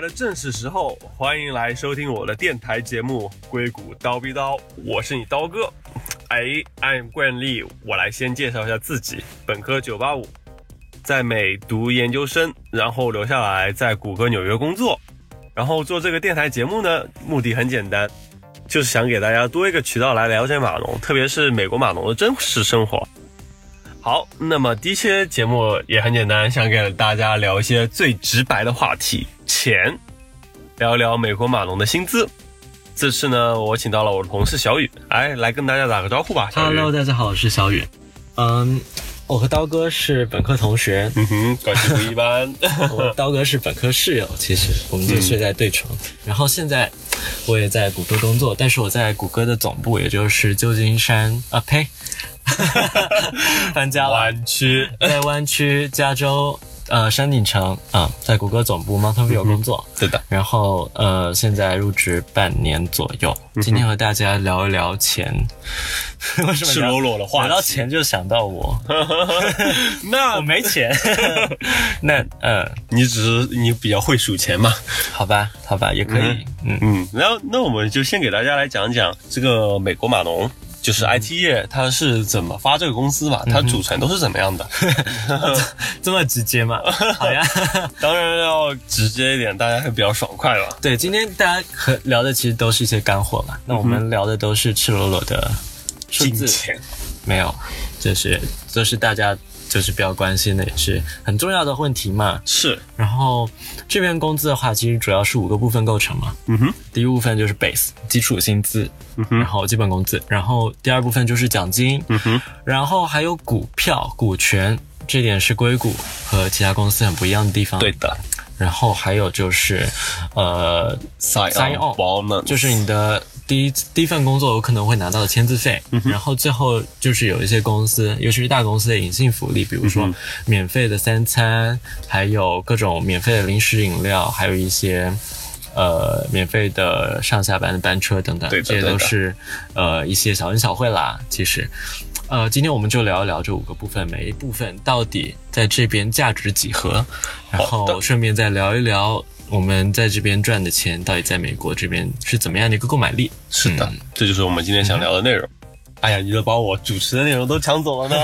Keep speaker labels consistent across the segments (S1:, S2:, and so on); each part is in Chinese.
S1: 的正是时候，欢迎来收听我的电台节目《硅谷刀逼刀》，我是你刀哥。哎，按惯例，我来先介绍一下自己，本科九八五，在美读研究生，然后留下来在谷歌纽约工作，然后做这个电台节目呢，目的很简单，就是想给大家多一个渠道来了解码农，特别是美国码农的真实生活。好，那么第一期节目也很简单，想给大家聊一些最直白的话题，钱，聊聊美国码农的薪资。这次呢，我请到了我的同事小雨，哎，来跟大家打个招呼吧，小雨。
S2: Hello，大家好，我是小雨。嗯，我和刀哥是本科同 学，
S1: 嗯哼，关系不一般。
S2: 我刀哥是本科室友，其实我们就睡在对床。然后现在我也在谷歌工作，但是我在谷歌的总部，也就是旧金山啊呸， 搬家了，
S1: 湾区，
S2: 在湾区加州呃山顶城啊，在谷歌总部 Mountain View 工作。
S1: 是的，
S2: 然后呃，现在入职半年左右。今天和大家聊一聊钱， 为什么
S1: 赤
S2: 聊
S1: 裸裸的话
S2: 聊到
S1: 题
S2: 钱就想到 我，
S1: 那
S2: 我没钱。 那嗯，
S1: 你只是你比较会数钱嘛？
S2: 好吧，好吧，也可以。嗯
S1: 嗯，然后那我们就先给大家来讲讲这个美国码农。就是
S2: 嗯
S1: IT 业，它是怎么发这个工资嘛？它组成都是怎么样 的？
S2: 这么直接 吗？好呀。
S1: 当然要直接一点，大家会比较爽快了。
S2: 对，今天大家和聊的其实都是一些干货嘛。那我们聊的都是赤裸裸的数字，
S1: 钱，
S2: 没有，就是就是大家就是比较关心的，也是很重要的问题嘛。
S1: 是，
S2: 然后这边工资的话，其实主要是五个部分构成嘛。
S1: 嗯哼，
S2: 第一部分就是 base 基础薪资，
S1: 嗯
S2: 然
S1: 哼，
S2: 后基本工资，然后第二部分就是奖金，
S1: 嗯哼，
S2: 然后还有股票、股权，这点是硅谷和其他公司很不一样的地方。
S1: 对，的。
S2: 然后还有就是，呃，
S1: Sign
S2: on
S1: bonus
S2: 就是你的第一第一份工作有可能会拿到的签字费，
S1: 嗯
S2: 然后最后就是有一些公司，尤其是大公司的隐性福利，比如
S1: 嗯
S2: 说免费的三餐，还有各种免费的零食饮料，还有一些。呃，免费的上下班的班车等等，
S1: 对的
S2: 这些
S1: 对的
S2: 都是呃一些小恩小惠啦。其实，呃，今天我们就聊一聊这五个部分，每一部分到底在这边价值几何，然
S1: 好的
S2: 后顺便再聊一聊我们在这边赚的钱到底在美国这边是怎么样的一个购买力。
S1: 是
S2: 嗯
S1: 的，这就是我们今天想聊的内容。哎呀，你都把我主持的内容都抢走了 呢。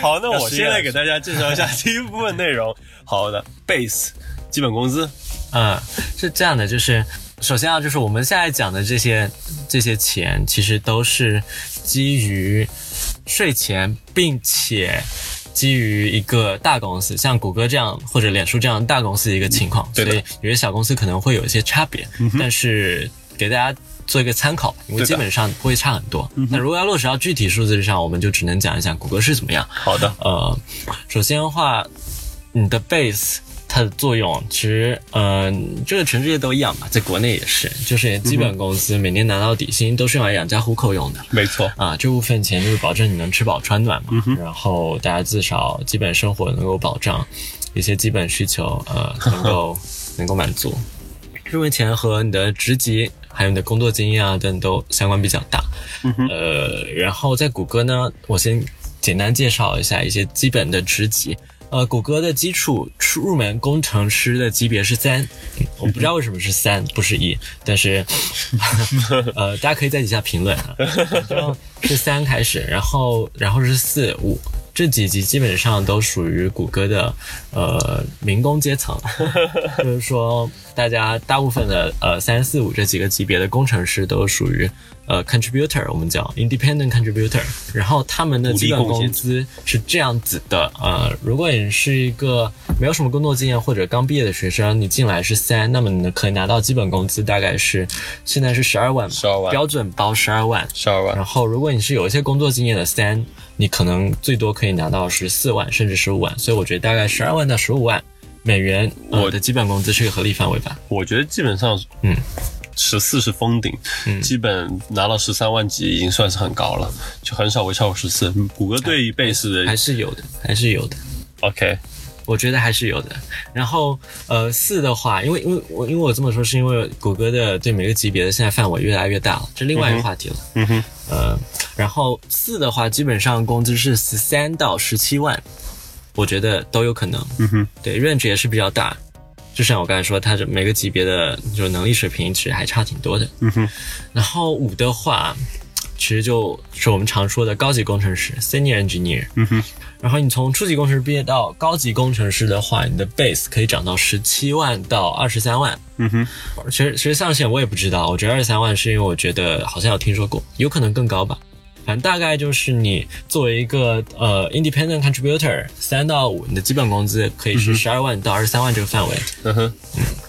S1: 好，那我现在给大家介绍一下 第一部分内容。好的，base 基本工资，
S2: 嗯，是这样的，就是首先啊，就是我们现在讲的这些这些钱，其实都是基于税前，并且基于一个大公司，像谷歌这样或者脸书这样的大公司的一个情况，
S1: 嗯对的嗯
S2: 所以有些小公司可能会有一些差别，但是给大家。做一个参考，因为
S1: 对的嗯
S2: 基本上不会差很多。那如果要落实到具体数字上，我们就只能讲一讲谷歌是怎么样。
S1: 好的，
S2: 呃，首先的话，你的 base 它的作用，其实，嗯、这个全世界都一样吧，在国内也是，就是基本工资每年拿到底薪都是用来养家糊口用的。
S1: 没错，
S2: 啊，这部分钱就是保证你能吃饱穿暖嘛，然后大家至少基本生活能够保障，一些基本需求呃能够能够满足。这部分钱和你的职级还有你的工作经验啊等都相关比较大。呃，然后在谷歌呢，我先简单介绍一下一些基本的职级。呃，谷歌的基础出入门工程师的级别是三，我不知道为什么是三，不是一，但是呃，大家可以在底下评论啊。然后是三开始，然后然后是四五。这几集基本上都属于谷歌的呃民工阶层， 就是说大家大部分的呃三四五这几个级别的工程师都属于呃 contributor，我们叫 independent contributor，然后他们的
S1: 独立
S2: 基本
S1: 贡献
S2: 工资是这样子的，呃，如果你是一个没有什么工作经验或者刚毕业的学生，你进来是三，那么你可以拿到基本工资大概是现在是十二万吧，
S1: 12万
S2: 标准包十二万，
S1: 十二万，
S2: 然后，如果你是有一些工作经验的三，你可能最多可以拿到十四万甚至十五万，所以我觉得大概十二万到十五万美元，呃
S1: 我
S2: 的基本工资是一个合理范围吧。
S1: 我觉得基本上，
S2: 嗯。
S1: 十四是封顶，基本拿到十三万几已经算是很高了，就很少会超过十四。谷歌对于 base
S2: 还
S1: 的
S2: 是有的，还是有的，
S1: OK，
S2: 我觉得还是有的。然后，呃，四的话，因为因为我因为我这么说是因为谷歌的对每个级别的现在范围越来越大了，这另外一个话题了。
S1: 嗯哼，
S2: 呃，然后四的话，基本上工资是十三到十七万，我觉得都有可能。
S1: 嗯哼，
S2: 对，range 也是比较大。就像我刚才说，它这每个级别的就能力水平其实还差挺多的。
S1: 嗯哼，
S2: 然后五的话，其实就是我们常说的高级工程师 （senior engineer）。
S1: 嗯哼，
S2: 然后你从初级工程师毕业到高级工程师的话，你的 base 可以涨到十七万到二十三万。
S1: 嗯哼，
S2: 其实其实上限我也不知道，我觉得二十三万是因为我觉得好像有听说过，有可能更高吧。反正大概就是你作为一个呃 independent contributor，三到五，你的基本工资可以是十二万到二十三万这个范围，
S1: 嗯哼，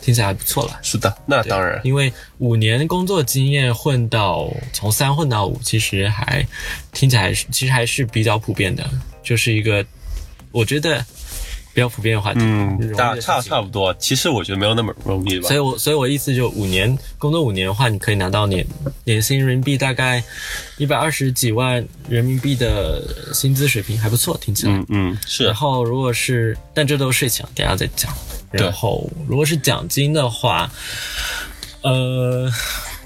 S2: 听起来还不错了。
S1: 是的，那当然，
S2: 因为五年工作经验混到从三混到五，其实还听起来还是其实还是比较普遍的，就是一个我觉得比较普遍的话题。容易
S1: 嗯，
S2: 的
S1: 大
S2: 事
S1: 差
S2: 情
S1: 差不多。其实我觉得没有那么容易吧
S2: 所。以我所以我意思就五年工作五年的话，你可以拿到年年薪人民币大概一百二十几万人民币的薪资水平，还不错，听起来。
S1: 嗯嗯，是
S2: 然，后如果是，但这都是税前，等一下再讲。
S1: 对
S2: 然后如果是奖金的话，呃，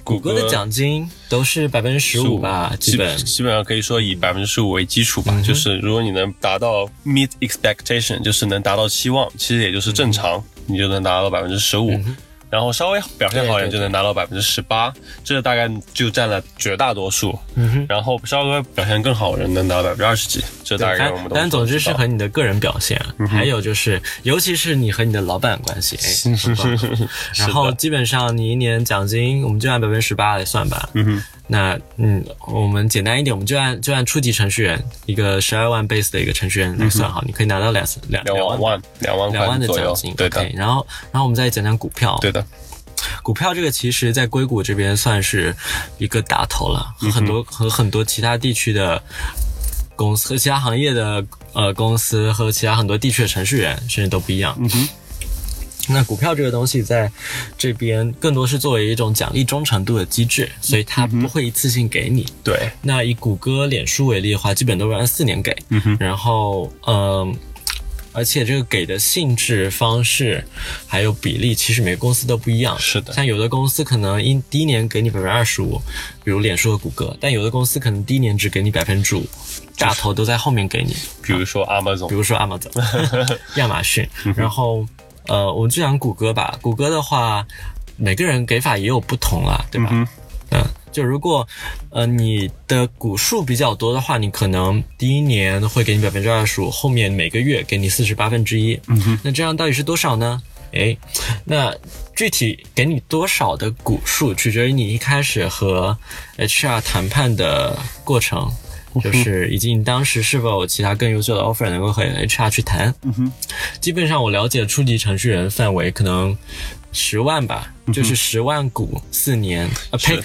S1: 谷
S2: 谷歌的奖金都是百分之十五吧，基
S1: 基
S2: 本。嗯
S1: 基本上可以说以百分之十五为基础吧，就是如果你能达到 meet expectation，就是能达到期望，其实也就是正
S2: 嗯
S1: 常，你就能达到百分之十五，然后稍微表现好一点
S2: 对对
S1: 就能达到百分之十八，这大概就占了绝大多数。
S2: 嗯哼。
S1: 然后稍微表现更好的人能达到百分之二十几，这大概
S2: 但
S1: 我们都
S2: 但总之
S1: 知
S2: 是嗯
S1: 道
S2: 和你的个人表现，还有就是，尤其是你和你的老板关系，哎，很棒 然后基本上你一年奖金，我们就按百分之十八来算吧。嗯
S1: 哼。
S2: 那嗯，我们简单一点，我们就按就按初级程序员一个十二万 base 的一个程序员来算好，你可以拿到两嗯两
S1: 两
S2: 万
S1: 万万两万
S2: 两万
S1: 块
S2: 的
S1: 左右
S2: 奖金，，
S1: 对的
S2: OK，然后，然后我们再讲讲股票。
S1: 对的，
S2: 股票这个其实，在硅谷这边算是一个大头了，和很多、和很多其他地区的公司、和其他行业的呃公司和其他很多地区的程序员甚至都不一样。嗯
S1: 哼。
S2: 那股票这个东西在这边更多是作为一种奖励忠诚度的机制，所以它不会一次性给你。
S1: 对，
S2: 那以谷歌、脸书为例的话，基本都是按四年给，然后嗯、而且这个给的性质、方式还有比例，其实每个公司都不一样。
S1: 是的
S2: 像有的公司可能一第一年给你百分之二十五，比如脸书和谷歌，但有的公司可能第一年只给你百分之五，大头都在后面给你。
S1: 比如说 Amazon，
S2: 比如说 Amazon、亚马逊，然后呃，我们就讲谷歌吧。谷歌的话，每个人给法也有不同啦，对吧？嗯就如果呃你的股数比较多的话，你可能第一年会给你百分之二十五，后面每个月给你四十八分之一。嗯哼，那这样到底是多少呢？诶，那具体给你多少的股数，取决于你一开始和 HR 谈判的过程，就是以及你当时是否有其他更优秀的 offer 能够和 HR 去谈。基本上我了解初级程序员范围可能十万吧，就是
S1: 嗯
S2: 十万股四年啊呸，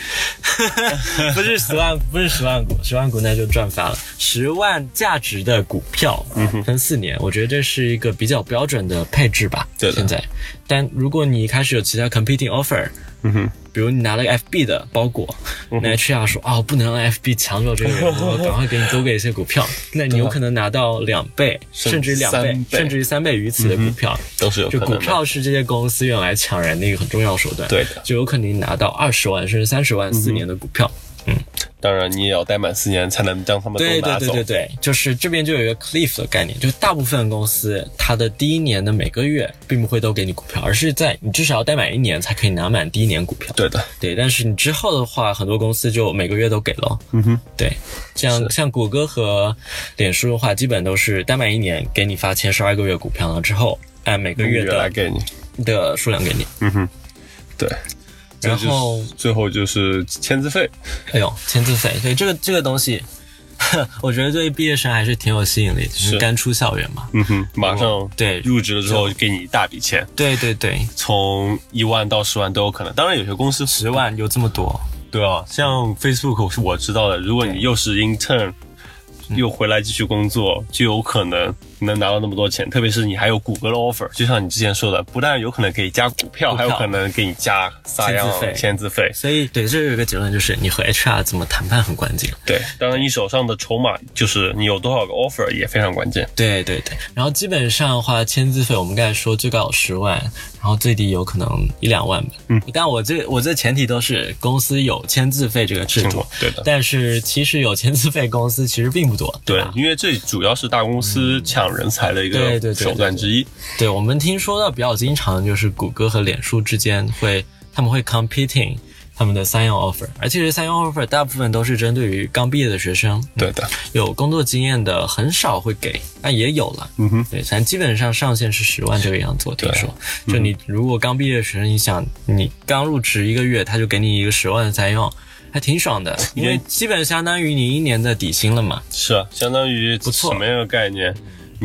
S2: 不是十万，不是十万股，十万股那就赚翻了，十万价值的股票
S1: 嗯
S2: 分四年，我觉得这是一个比较标准的配置吧。
S1: 对的
S2: 现在，但如果你一开始有其他 competing offer，
S1: 嗯哼，嗯
S2: 比如你拿了个 FB 的包裹，那 HR 说啊、我不能让 FB 抢走这个人，我赶快给你多给一些股票，那你有可能拿到两倍，
S1: 甚
S2: 甚至于两倍
S1: 三，倍
S2: 甚至于三倍于此的股票。
S1: 都是有可
S2: 就
S1: 能
S2: 股
S1: 的。
S2: 票是这些公司用来抢人的一个很重要手段，
S1: 对的嗯
S2: 就有可能拿到二十万甚至三十万四年的股票。
S1: 当然你也要待满四年才能将他们都
S2: 对对
S1: 拿
S2: 对
S1: 走。
S2: 对对，就是这边就有一个 cliff 的概念，就是大部分公司它的第一年的每个月并不会都给你股票，而是在你至少要待满一年才可以拿满第一年股票。
S1: 对的，
S2: 对，但是你之后的话，很多公司就每个月都给了。
S1: 嗯哼，
S2: 对，像
S1: 是
S2: 像谷歌和脸书的话，基本都是待满一年给你发前十二个月股票，然后之后按每个月
S1: 月来
S2: 的
S1: 给你。
S2: 的数量给你。
S1: 嗯哼，对。
S2: 然后
S1: 这就是最后就是签字费，
S2: 哎呦，签字费，对这个这个东西， 我觉得对毕业生还是挺有吸引力的，就是是刚出校园嘛。
S1: 嗯哼，马上
S2: 哦对
S1: 入职了之后给你一大笔钱，
S2: 对对对，
S1: 从一万到十万都有可能。当然有些公司
S2: 十万有这么多，
S1: 对啊，像 Facebook 是我知道的，如果你又是 intern，又
S2: 嗯
S1: 回来继续工作，就有可能能拿到那么多钱。特别是你还有谷歌的 offer，就像你之前说的，不但有可能给你加股票，
S2: 股票
S1: 还有可能给你加撒
S2: 签字
S1: 样
S2: 费
S1: 签字费。
S2: 所以对这有一个结论，就是你和 HR 怎么谈判很关键。
S1: 对，当然你手上的筹码就是你有多少个 offer 也非常关键。
S2: 对对对，然后基本上的话，签字费我们刚才说最高有十万，然后最低有可能一两万吧。嗯，但我这我这前提都是公司有签字费这个制
S1: 嗯
S2: 度。
S1: 对的
S2: 但是其实有签字费公司其实并不多，
S1: 对
S2: 吧？
S1: 因为这主要是大公司抢人才的一
S2: 啊嗯对对
S1: 个
S2: 对对
S1: 手段之一。
S2: 对，我们听说到比较经常就是谷歌和脸书之间会，他们会 competing 他们的 sign on offer，而且这 sign on offer 大部分都是针对于刚毕业的学生，
S1: 对的，
S2: 有工作经验的很少会给，但也有了。
S1: 嗯哼，
S2: 对，咱基本上上限是十万这个样子，我听说。
S1: 嗯
S2: 就你如果刚毕业的学生，你想你刚入职一个月，他就给你一个十万的再用，还挺爽的，因为基本相当于你一年的底薪了嘛。
S1: 是啊，相当于不
S2: 错嗯
S1: 什么样的概念？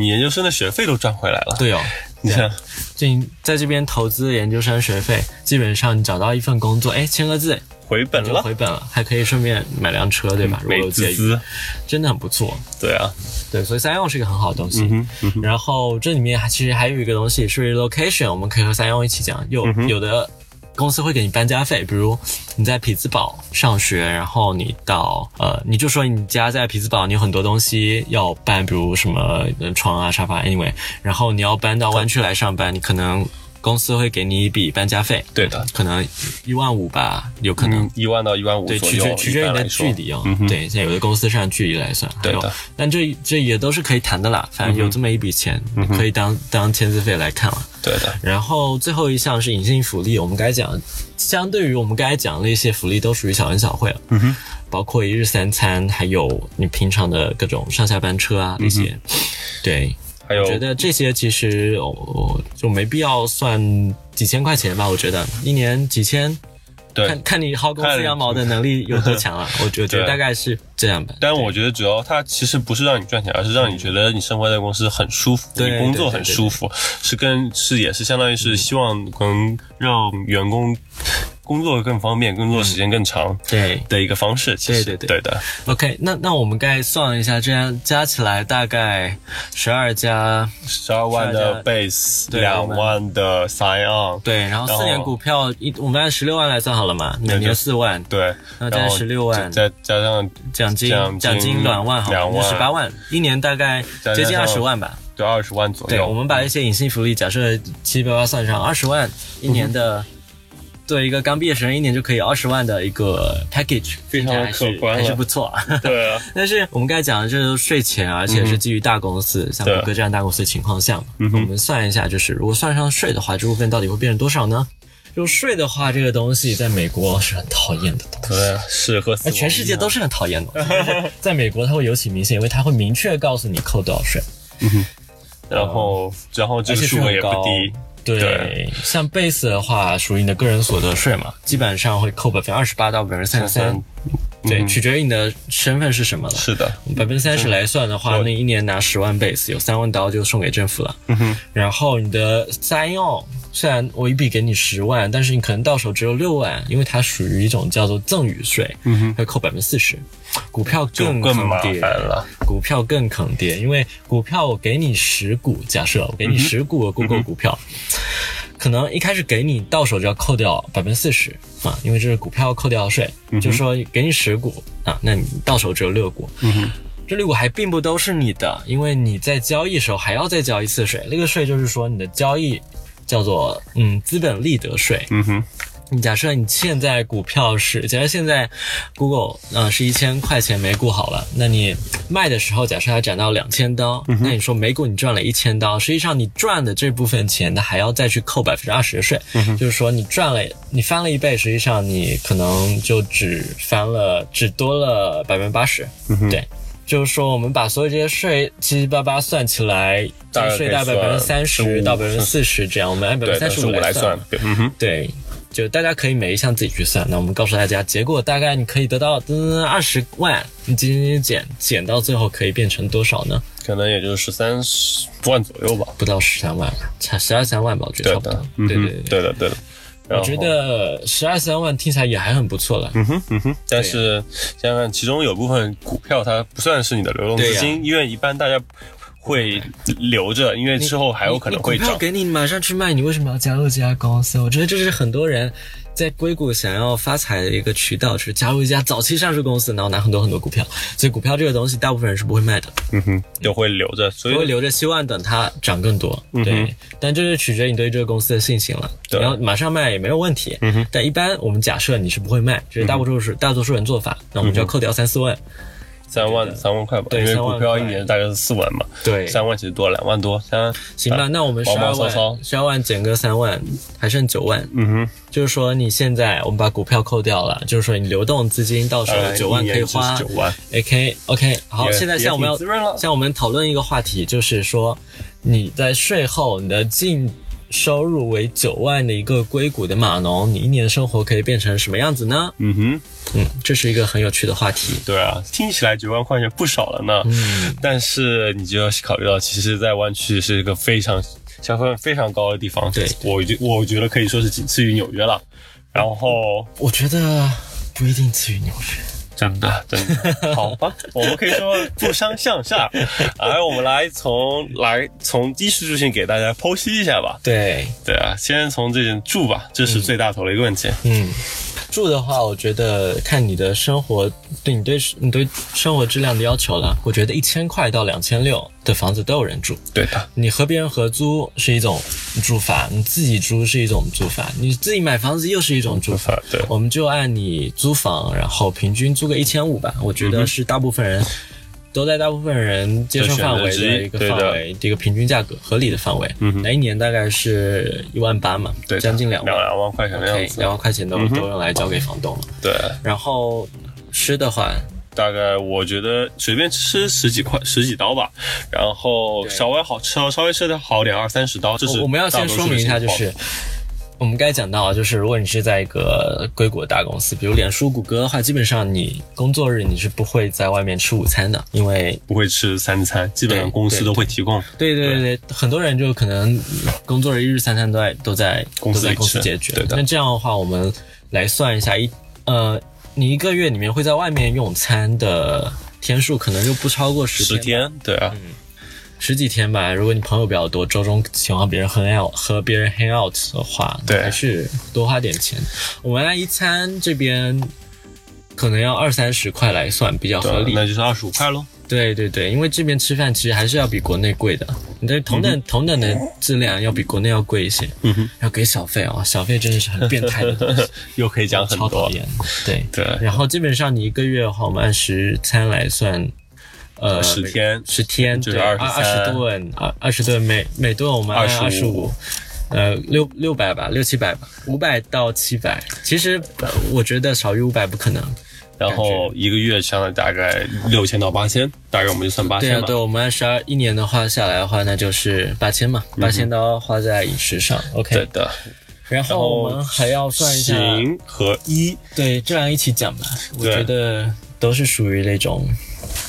S1: 你研究生的学费都赚回来了。，
S2: 对哦，
S1: 你看，
S2: 就你在这边投资研究生学费，基本上你找到一份工作，哎，签个字
S1: 回本
S2: 就
S1: 了，
S2: 回本了，还可以顺便买辆车，对吧？如果
S1: 美
S2: 有
S1: 滋
S2: 介意，
S1: 滋。
S2: 真的很不错。
S1: 对啊，
S2: 对，所以三用是一个很好的东西。
S1: 嗯哼，嗯哼，
S2: 然后这里面还其实还有一个东西是 relocation，我们可以和三用一起讲。
S1: 嗯
S2: 有、有的公司会给你搬家费，比如你在匹兹堡上学，然后你到呃，你就说你家在匹兹堡，你有很多东西要搬，比如什么呃床啊、沙发，anyway，然后你要搬到湾区来上班，你可能公司会给你一笔搬家费，
S1: 对的，
S2: 可能一万五吧，有可能。
S1: 嗯，一万到一万五
S2: 对，
S1: 左
S2: 取
S1: 右
S2: 决，取决于
S1: 一
S2: 你
S1: 般
S2: 的
S1: 来说
S2: 距。离啊、
S1: 嗯哼
S2: 对，现在有的公司是按距离来算，还
S1: 对
S2: 有
S1: 的嗯
S2: 但这这也都是可以谈的啦，反正有这么一笔钱，你可以当当签字费来看了。
S1: 对的，
S2: 然后最后一项是隐性福利，我们该讲，相对于我们该讲的一些福利，都属于小恩小惠了。嗯
S1: 哼，
S2: 包括一日三餐，还有你平常的各种上下班车啊那
S1: 嗯
S2: 些。对，
S1: 还
S2: 嗯我
S1: 有
S2: 觉得这些其实我、我就没必要算几千块钱吧，我觉得一年几千，
S1: 对
S2: 看看你薅公司
S1: 看
S2: 羊毛的能力有多强了、我觉得我觉 得
S1: 对
S2: 大概是这样吧。
S1: 但我觉得主要它其实不是让你赚钱，而是让你觉得你生活在公司很舒服，
S2: 对
S1: 你工作很舒服，是跟是也是相当于是希望能让员工工作更方便，工作时间更长
S2: 对
S1: 的一个方式。其实
S2: 对对
S1: 对
S2: 对
S1: 的，
S2: ，OK，那那我们该算了一下，这样加起来大概十二加
S1: 十二万的 base，
S2: 对
S1: 两万的 sign on，
S2: 对，然后
S1: 然后
S2: 四年股票一，我们按十六万来算好了嘛，每
S1: 哦对
S2: 年四万，
S1: 对，
S2: 那
S1: 然
S2: 加
S1: 后
S2: 16万
S1: 再加上
S2: 奖金
S1: 奖金
S2: 奖金两万好了，
S1: 两万
S2: 十八万，一年大概
S1: 再加
S2: 接近
S1: 上
S2: 二十万吧。
S1: 就二十万左
S2: 对，
S1: 右，
S2: 我们把一些隐性福利假设七八八算上，二十万一年
S1: 嗯
S2: 的，对一个刚毕业生一年就可以二十万的一个 package，
S1: 非常的
S2: 还是
S1: 可观了
S2: 还是不错。
S1: 对啊，
S2: 但是我们刚才讲的这都是税前，而且是基于大公司，像谷歌这样大公司的情况下嘛。
S1: 嗯
S2: 我们算一下，就是如果算上税的话，这部分到底会变成多少呢？就税的话，这个东西在美国是很讨厌的东西。
S1: 对啊，是和死
S2: 哎，
S1: 亡
S2: 全世
S1: 一
S2: 界
S1: 样
S2: 都是很讨厌的东西，但是在美国它会尤其明显，因为它会明确告诉你扣多少税，
S1: 然后然后这
S2: 而
S1: 个
S2: 且是
S1: 数额
S2: 很
S1: 也不
S2: 高
S1: 低，。
S2: 对，
S1: 对
S2: 像 base 的话，属于你的个人所得税嘛，基本上会扣百分之二十八到百分之三十三
S1: 33，嗯
S2: 对，取决于你的身份是什么了。
S1: 是的，
S2: 嗯百分之三十来算的话，
S1: 嗯对嗯
S2: 那一年拿十万 base，有三万刀就送给政府了。
S1: 哼
S2: 然后你的三用，虽然我一笔给你十万，但是你可能到手只有六万，因为它属于一种叫做赠与税，嗯、会扣百分之四十。股票
S1: 就
S2: 更
S1: 更
S2: 坑
S1: 麻
S2: 爹
S1: 烦，了。
S2: 股票更坑爹，因为股票我给你十股，假设我给
S1: 嗯
S2: 你十股的 Google 股票，可能一开始给你到手就要扣掉百分之四十啊，因为这是股票扣掉的税，
S1: 嗯
S2: 就是说给你十股啊，那你到手只有六股。
S1: 嗯
S2: 这六股还并不都是你的，因为你在交易时候还要再交一次税。那个税就是说你的交易叫做嗯资本利得税，
S1: 嗯哼，
S2: 你假设你现在股票是，假设现在 Google 呃是一千块钱每股好了，那你卖的时候假设它涨到两千刀，
S1: 嗯
S2: 那你说每股你赚了一千刀，实际上你赚的这部分钱，那还要再去扣百分之二十的税，
S1: 嗯
S2: 就是说你赚了，你翻了一倍，实际上你可能就只翻了，只多了百分之八十，
S1: 嗯
S2: 对。就是说，我们把所有这些税七七八八算起来，
S1: 大概可以
S2: 税大概百分之三十
S1: 算
S2: 到百分之四十这样，我们按百
S1: 对，
S2: 分之三
S1: 但
S2: 十
S1: 是
S2: 五
S1: 我来
S2: 算
S1: 算，，对嗯哼，
S2: 对，就大家可以每一项自己去算。那我们告诉大家，结果大概你可以得到嗯二十万，你减减减减到最后可以变成多少呢？
S1: 可能也就十三万左右吧。
S2: 不到十三万吧，才十二三万吧，我觉
S1: 对
S2: 得差不
S1: 的
S2: 多，。
S1: 嗯
S2: 对
S1: 哼
S2: 对对。
S1: 对的，对的。然
S2: 我
S1: 后
S2: 觉，得十二三万听起来也还很不错了，
S1: 嗯哼，嗯哼，但是想想看，其中有部分股票它不算是你的流动资
S2: 对
S1: 金，因为一般大家会留着，因为之后还有可能会
S2: 你股票
S1: 涨。
S2: 给你马上去卖，你为什么要加入这家公司？我觉得这是很多人在硅谷想要发财的一个渠道，就是加入一家早期上市公司，然后拿很多很多股票。所以股票这个东西，大部分人是不会卖的。
S1: 嗯哼，就会留着，所
S2: 我会
S1: 以嗯
S2: 留着希望等它涨更多。对，但这是取决于你对这个公司的信心了。
S1: 对嗯
S2: 你要马上卖也没有问题。
S1: 嗯
S2: 但一般我们假设你是不会卖，这是大多数是、大多数人做法，那我们就要扣掉三四万。
S1: 三万三万块吧，
S2: 对
S1: 因为
S2: 三万
S1: 股票一
S2: 块
S1: 年大概是四万嘛，
S2: 对，
S1: 三万其实多，两万多，三
S2: 行吧，那我们十
S1: 毛毛糙
S2: 二
S1: 糙
S2: 万，十二万减个三万，还剩九万。
S1: 嗯哼，
S2: 就是说，你现在我们把股票扣掉了，就是说你流动资金到手
S1: 呃，
S2: 九万可以花。
S1: 九万，
S2: OK OK，好，
S1: 也
S2: 现在
S1: 也
S2: 像我们
S1: 挺
S2: 要
S1: 滋润了
S2: 像我们讨论一个话题，就是说你在税后你的净收入为九万的一个硅谷的码农，你一年的生活可以变成什么样子呢？
S1: 嗯哼，
S2: 嗯，这是一个很有趣的话题。
S1: 对啊，听起来九万块钱不少了呢，
S2: 嗯，
S1: 但是你就要考虑到，其实，在湾区是一个非常消费非常高的地方，
S2: 对
S1: 我觉我觉得可以说是仅次于纽约了。然后，
S2: 我觉得不一定次于纽约。
S1: 真的真的，好 吧，我们可以说不相向下。来，我们来从来从衣食住行给大家剖析一下吧。
S2: 对，
S1: 对啊，先从这件住吧，这是最大头的一个问题。
S2: 嗯，住的话，我觉得看你的生活，对你对你对生活质量的要求了。我觉得一千块到两千六的房子都有人住。
S1: 对的，
S2: 你和别人合租是一种住法，你自己租是一种住法，你自己买房子又是一种住法。
S1: 对
S2: 我们就按你租房，然后平均租个一千五吧，我觉得是大部分人、都在大部分人接受范围的一个
S1: 对的
S2: 范围，一个平均价格合理的范围。
S1: 嗯哼
S2: 那一年大概是一万八嘛，
S1: 对的，
S2: 将近两万
S1: 两。两万块钱的样
S2: OK，
S1: 子。
S2: 两万块钱都、
S1: 嗯哼
S2: 都用来交给房东了。
S1: 对，
S2: 然后吃的话，
S1: 大概我觉得随便吃十几块、十几刀吧，然后
S2: 对
S1: 稍微好吃，稍微吃的好点，二三十刀。这是
S2: 我我们要
S1: 大
S2: 先
S1: 多数
S2: 说明一下，
S1: 的
S2: 就
S1: 情况
S2: 是我们该讲到啊，就是如果你是在一个硅谷的大公司，比如脸书、谷歌的话，基本上你工作日你是不会在外面吃午餐的，因为
S1: 不会吃三餐，基本上
S2: 对
S1: 公司
S2: 对
S1: 都会提供。
S2: 对对对，对很多人就可能工作日一日三餐都在都在
S1: 公司
S2: 都在
S1: 里
S2: 公司
S1: 吃
S2: 解决。
S1: 对的
S2: 那这样的话，我们来算一下一呃，你一个月里面会在外面用餐的天数，可能就不超过十
S1: 十天，对啊，
S2: 十几天吧，如果你朋友比较多，周中喜欢别人 hang out 和别人 hang out 的话，
S1: 对
S2: 还是多花点钱。我们按一餐这边可能要二三十块来算比较
S1: 对
S2: 合
S1: 啊，
S2: 理。
S1: 那就是二十五块喽。
S2: 对对对，因为这边吃饭其实还是要比国内贵的，你的同等、同等的质量要比国内要贵一些，
S1: 嗯哼，
S2: 要给小费哦，小费真的是很变态的东西，
S1: 又可以 讲很
S2: 超讨
S1: 多。
S2: 厌。对，
S1: 对，
S2: 然后基本上你一个月的话，我们按十餐来算，呃，
S1: 十天
S2: 十天
S1: 就是
S2: 对
S1: 23
S2: 二十顿，二二十顿每每顿我们按
S1: 25
S2: 二十五。呃，六六百吧，六七百吧，五百到七百。其实、呃我觉得少于五百不可能。
S1: 然后一个月相当于大概六千到八千，大概我们就算八
S2: 对啊
S1: 千，吧
S2: 对，。我们按十二一年的话下来的话，那就是八千嘛，八千刀花在饮食上。
S1: 嗯对
S2: OK，
S1: 的，
S2: 然后我们还要算一下，
S1: 行和一，
S2: 对，这样一起讲吧。我
S1: 对
S2: 觉得都是属于那种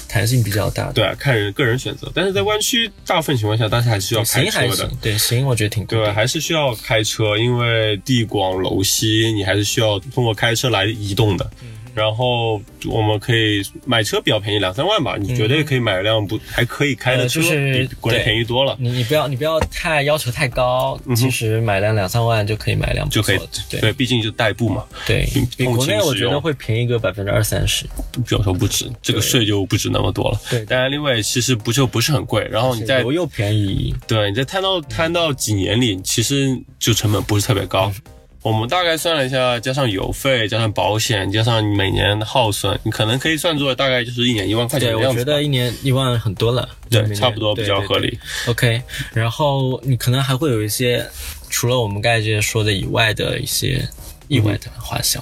S2: 弹性比较大的。
S1: 对啊，看人个人选择。但是在湾区，大部分情况下，大家还是需要开
S2: 行还
S1: 车
S2: 行
S1: 的。，
S2: 对行，我觉得挺固定
S1: 对，
S2: 的
S1: 还是需要开车，因为地广楼稀，你还是需要通过开车来移动的。
S2: 嗯
S1: 然后我们可以买车比较便宜，两三万吧，你绝对可以买一辆不还可以开的
S2: 嗯呃
S1: 车，
S2: 就是
S1: 比国内
S2: 对
S1: 便宜多了。
S2: 你你不要你不要太要求太高，其实买辆两三万就可以买辆不
S1: 嗯就
S2: 错
S1: 可以
S2: 的，对
S1: 对，毕竟就代步嘛，
S2: 对
S1: 并，
S2: 比
S1: 共
S2: 国
S1: 情
S2: 内我
S1: 使
S2: 觉得
S1: 用
S2: 会便宜个百分之二三十。
S1: 有时候不止这个税就不止那么多了。
S2: 对
S1: 当然另外其实不就不是很贵，然后你在
S2: 油又便宜，
S1: 对你在摊到摊到几年里，其实就成本不是特别高。
S2: 嗯
S1: 我们大概算了一下，加上油费，加上保险，加上每年的耗损，你可能可以算作大概就是一年一万块钱
S2: 对
S1: 的
S2: 我
S1: 样子
S2: 觉
S1: 吧。
S2: 得一年一万很多了，就每
S1: 对，
S2: 年
S1: 差不多比较合。
S2: 对对
S1: 理。
S2: 对 OK，然后你可能还会有一些除了我们刚才这些说的以外的一些意外的花销，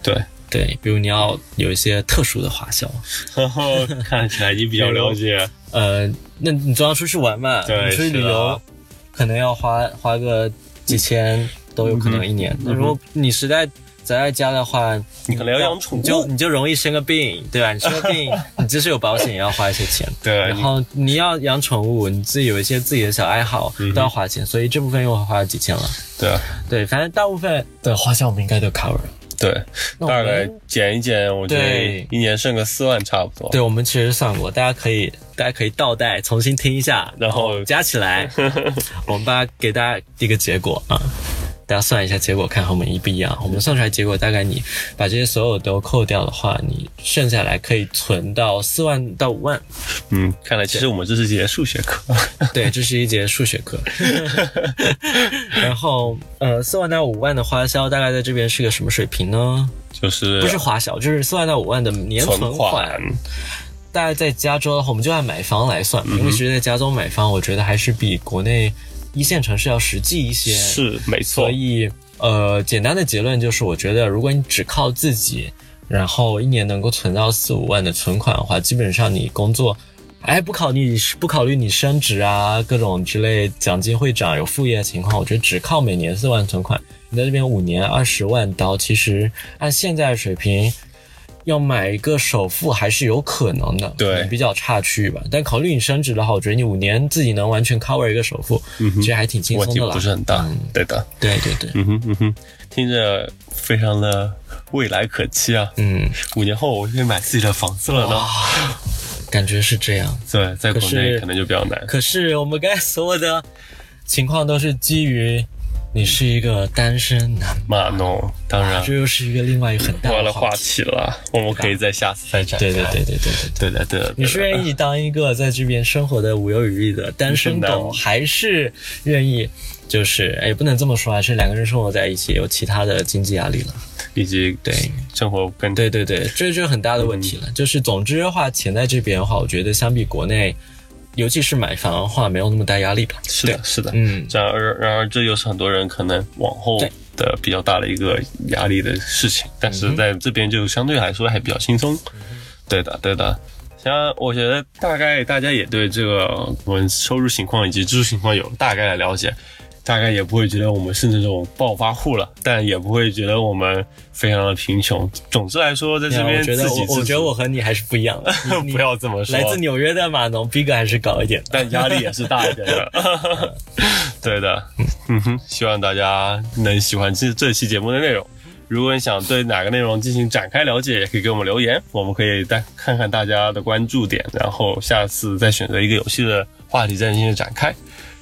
S1: 对，
S2: 对，比如你要有一些特殊的花销，
S1: 然后看起来你比较了解，
S2: 呃，那你总要出去玩嘛，
S1: 对
S2: 你出去旅
S1: 是的
S2: 游，可能要花花个几千都有可能一年。那、如果你实在宅在家的话，
S1: 你可能要养宠
S2: 嗯你就
S1: 物，
S2: 你就容易生个病，对吧？你生个 病，你即使有保险也要花一些钱。
S1: 对
S2: 然，后你要养宠物，你自己有一些自己的小爱好，都要花钱，所以这部分又花了几千了。
S1: 对
S2: 嗯对，反正大部分的花销我们应该都 cover 了。
S1: 对，
S2: 那
S1: 大概
S2: 我们
S1: 减一减，我觉得
S2: 对
S1: 一年剩个四万差不多。
S2: 对，我们其实算过，大家可以大家可以倒带重新听一下，
S1: 然后
S2: 加起来， 我们把给大家一个结果啊，大家算一下结果，看和我们一不一样。我们算出来结果，大概你把这些所有都扣掉的话，你剩下来可以存到四万到 五万。
S1: 嗯，看来其实我们这是节数学课。
S2: 对，这是一节数学课。 然后，呃，四万到五万的花销大概在这边是个什么水平呢？
S1: 就是
S2: 不是花销，就是四万到五万的年
S1: 啊存
S2: 存款。大概在加州的话，我们就按买房来算，
S1: 嗯
S2: 因为其实在加州买房，我觉得还是比国内一线城市要实际一些。
S1: 是没错
S2: 所，以，呃，简单的结论就是，我觉得如果你只靠自己，然后一年能够存到四五万的存款的话，基本上你工作，哎，不考虑不考虑你升职啊，各种之类奖金会涨，有副业的情况，我觉得只靠每年四万存款，你在这边五年二十万刀，其实按现在的水平。要买一个首付还是有可能的，
S1: 对
S2: 可能比较差区域吧。但考虑你升职的话，我觉得你五年自己能完全 cover 一个首付，
S1: 嗯
S2: 其实还挺轻
S1: 问
S2: 松
S1: 题
S2: 的啦。
S1: 不是很大
S2: 嗯。
S1: 对的，
S2: 对对对，
S1: 嗯哼嗯哼，听着非常的未来可期啊！
S2: 嗯，
S1: 五年后我就可以买自己的房子了呢。
S2: 感觉是这样。
S1: 对，在国
S2: 可
S1: 内
S2: 是
S1: 可能就比较难。
S2: 可是我们刚才所有的情况都是基于你是一个单身男，
S1: 马农，当然，
S2: 这又是一个另外一个很大
S1: 完
S2: 的
S1: 了话
S2: 话
S1: 题
S2: 题。
S1: 了，我们可以在下次再展开。
S2: 对对对对对对。
S1: 对的对的，
S2: 你是
S1: 对的
S2: 愿意当一个在这边生活的无忧无虑的单身
S1: 单身
S2: 狗，
S1: 男
S2: 还是愿意就是哎，不能这么说啊，是两个人生活在一起有其他的经济压力了。
S1: 以及
S2: 对
S1: 生活跟
S2: 对对对，这就是很大的问题了。就是总之的话，钱在这边的话，我觉得相比国内，尤其是买房的话，没有那么大压力吧。
S1: 是的是的，
S2: 嗯，
S1: 然而然而这又是很多人可能往后
S2: 对
S1: 的比较大的一个压力的事情，但
S2: 嗯
S1: 是
S2: 哼嗯
S1: 在这边就相对来说还比较轻松。对的对的。像我觉得大概大家也对这个我们收入情况以及支出情况有大概的了解，大概也不会觉得我们是那种暴发户了，但也不会觉得我们非常的贫穷。总之来说，在这
S2: 没有
S1: 边自
S2: 啊我觉得
S1: 己
S2: 我我
S1: 自
S2: 觉
S1: 足
S2: 得我和你还是不一 样的。你你
S1: 不要这么说，
S2: 来自纽约的码农逼格还是高一点的。
S1: 但压力也是大一点的。 对的，嗯哼，希望大家能喜欢这这期节目的内容。如果你想对哪个内容进行展开了解，也可以给我们留言，我们可以再看看大家的关注点，然后下次再选择一个有趣的话题再进行展开。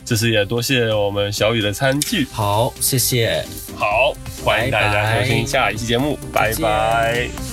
S1: 这次也多谢我们小雨的参与。
S2: 好，谢谢。
S1: 好，欢迎大
S2: 拜
S1: 家
S2: 拜
S1: 收听下一期节目，拜
S2: 再见
S1: 拜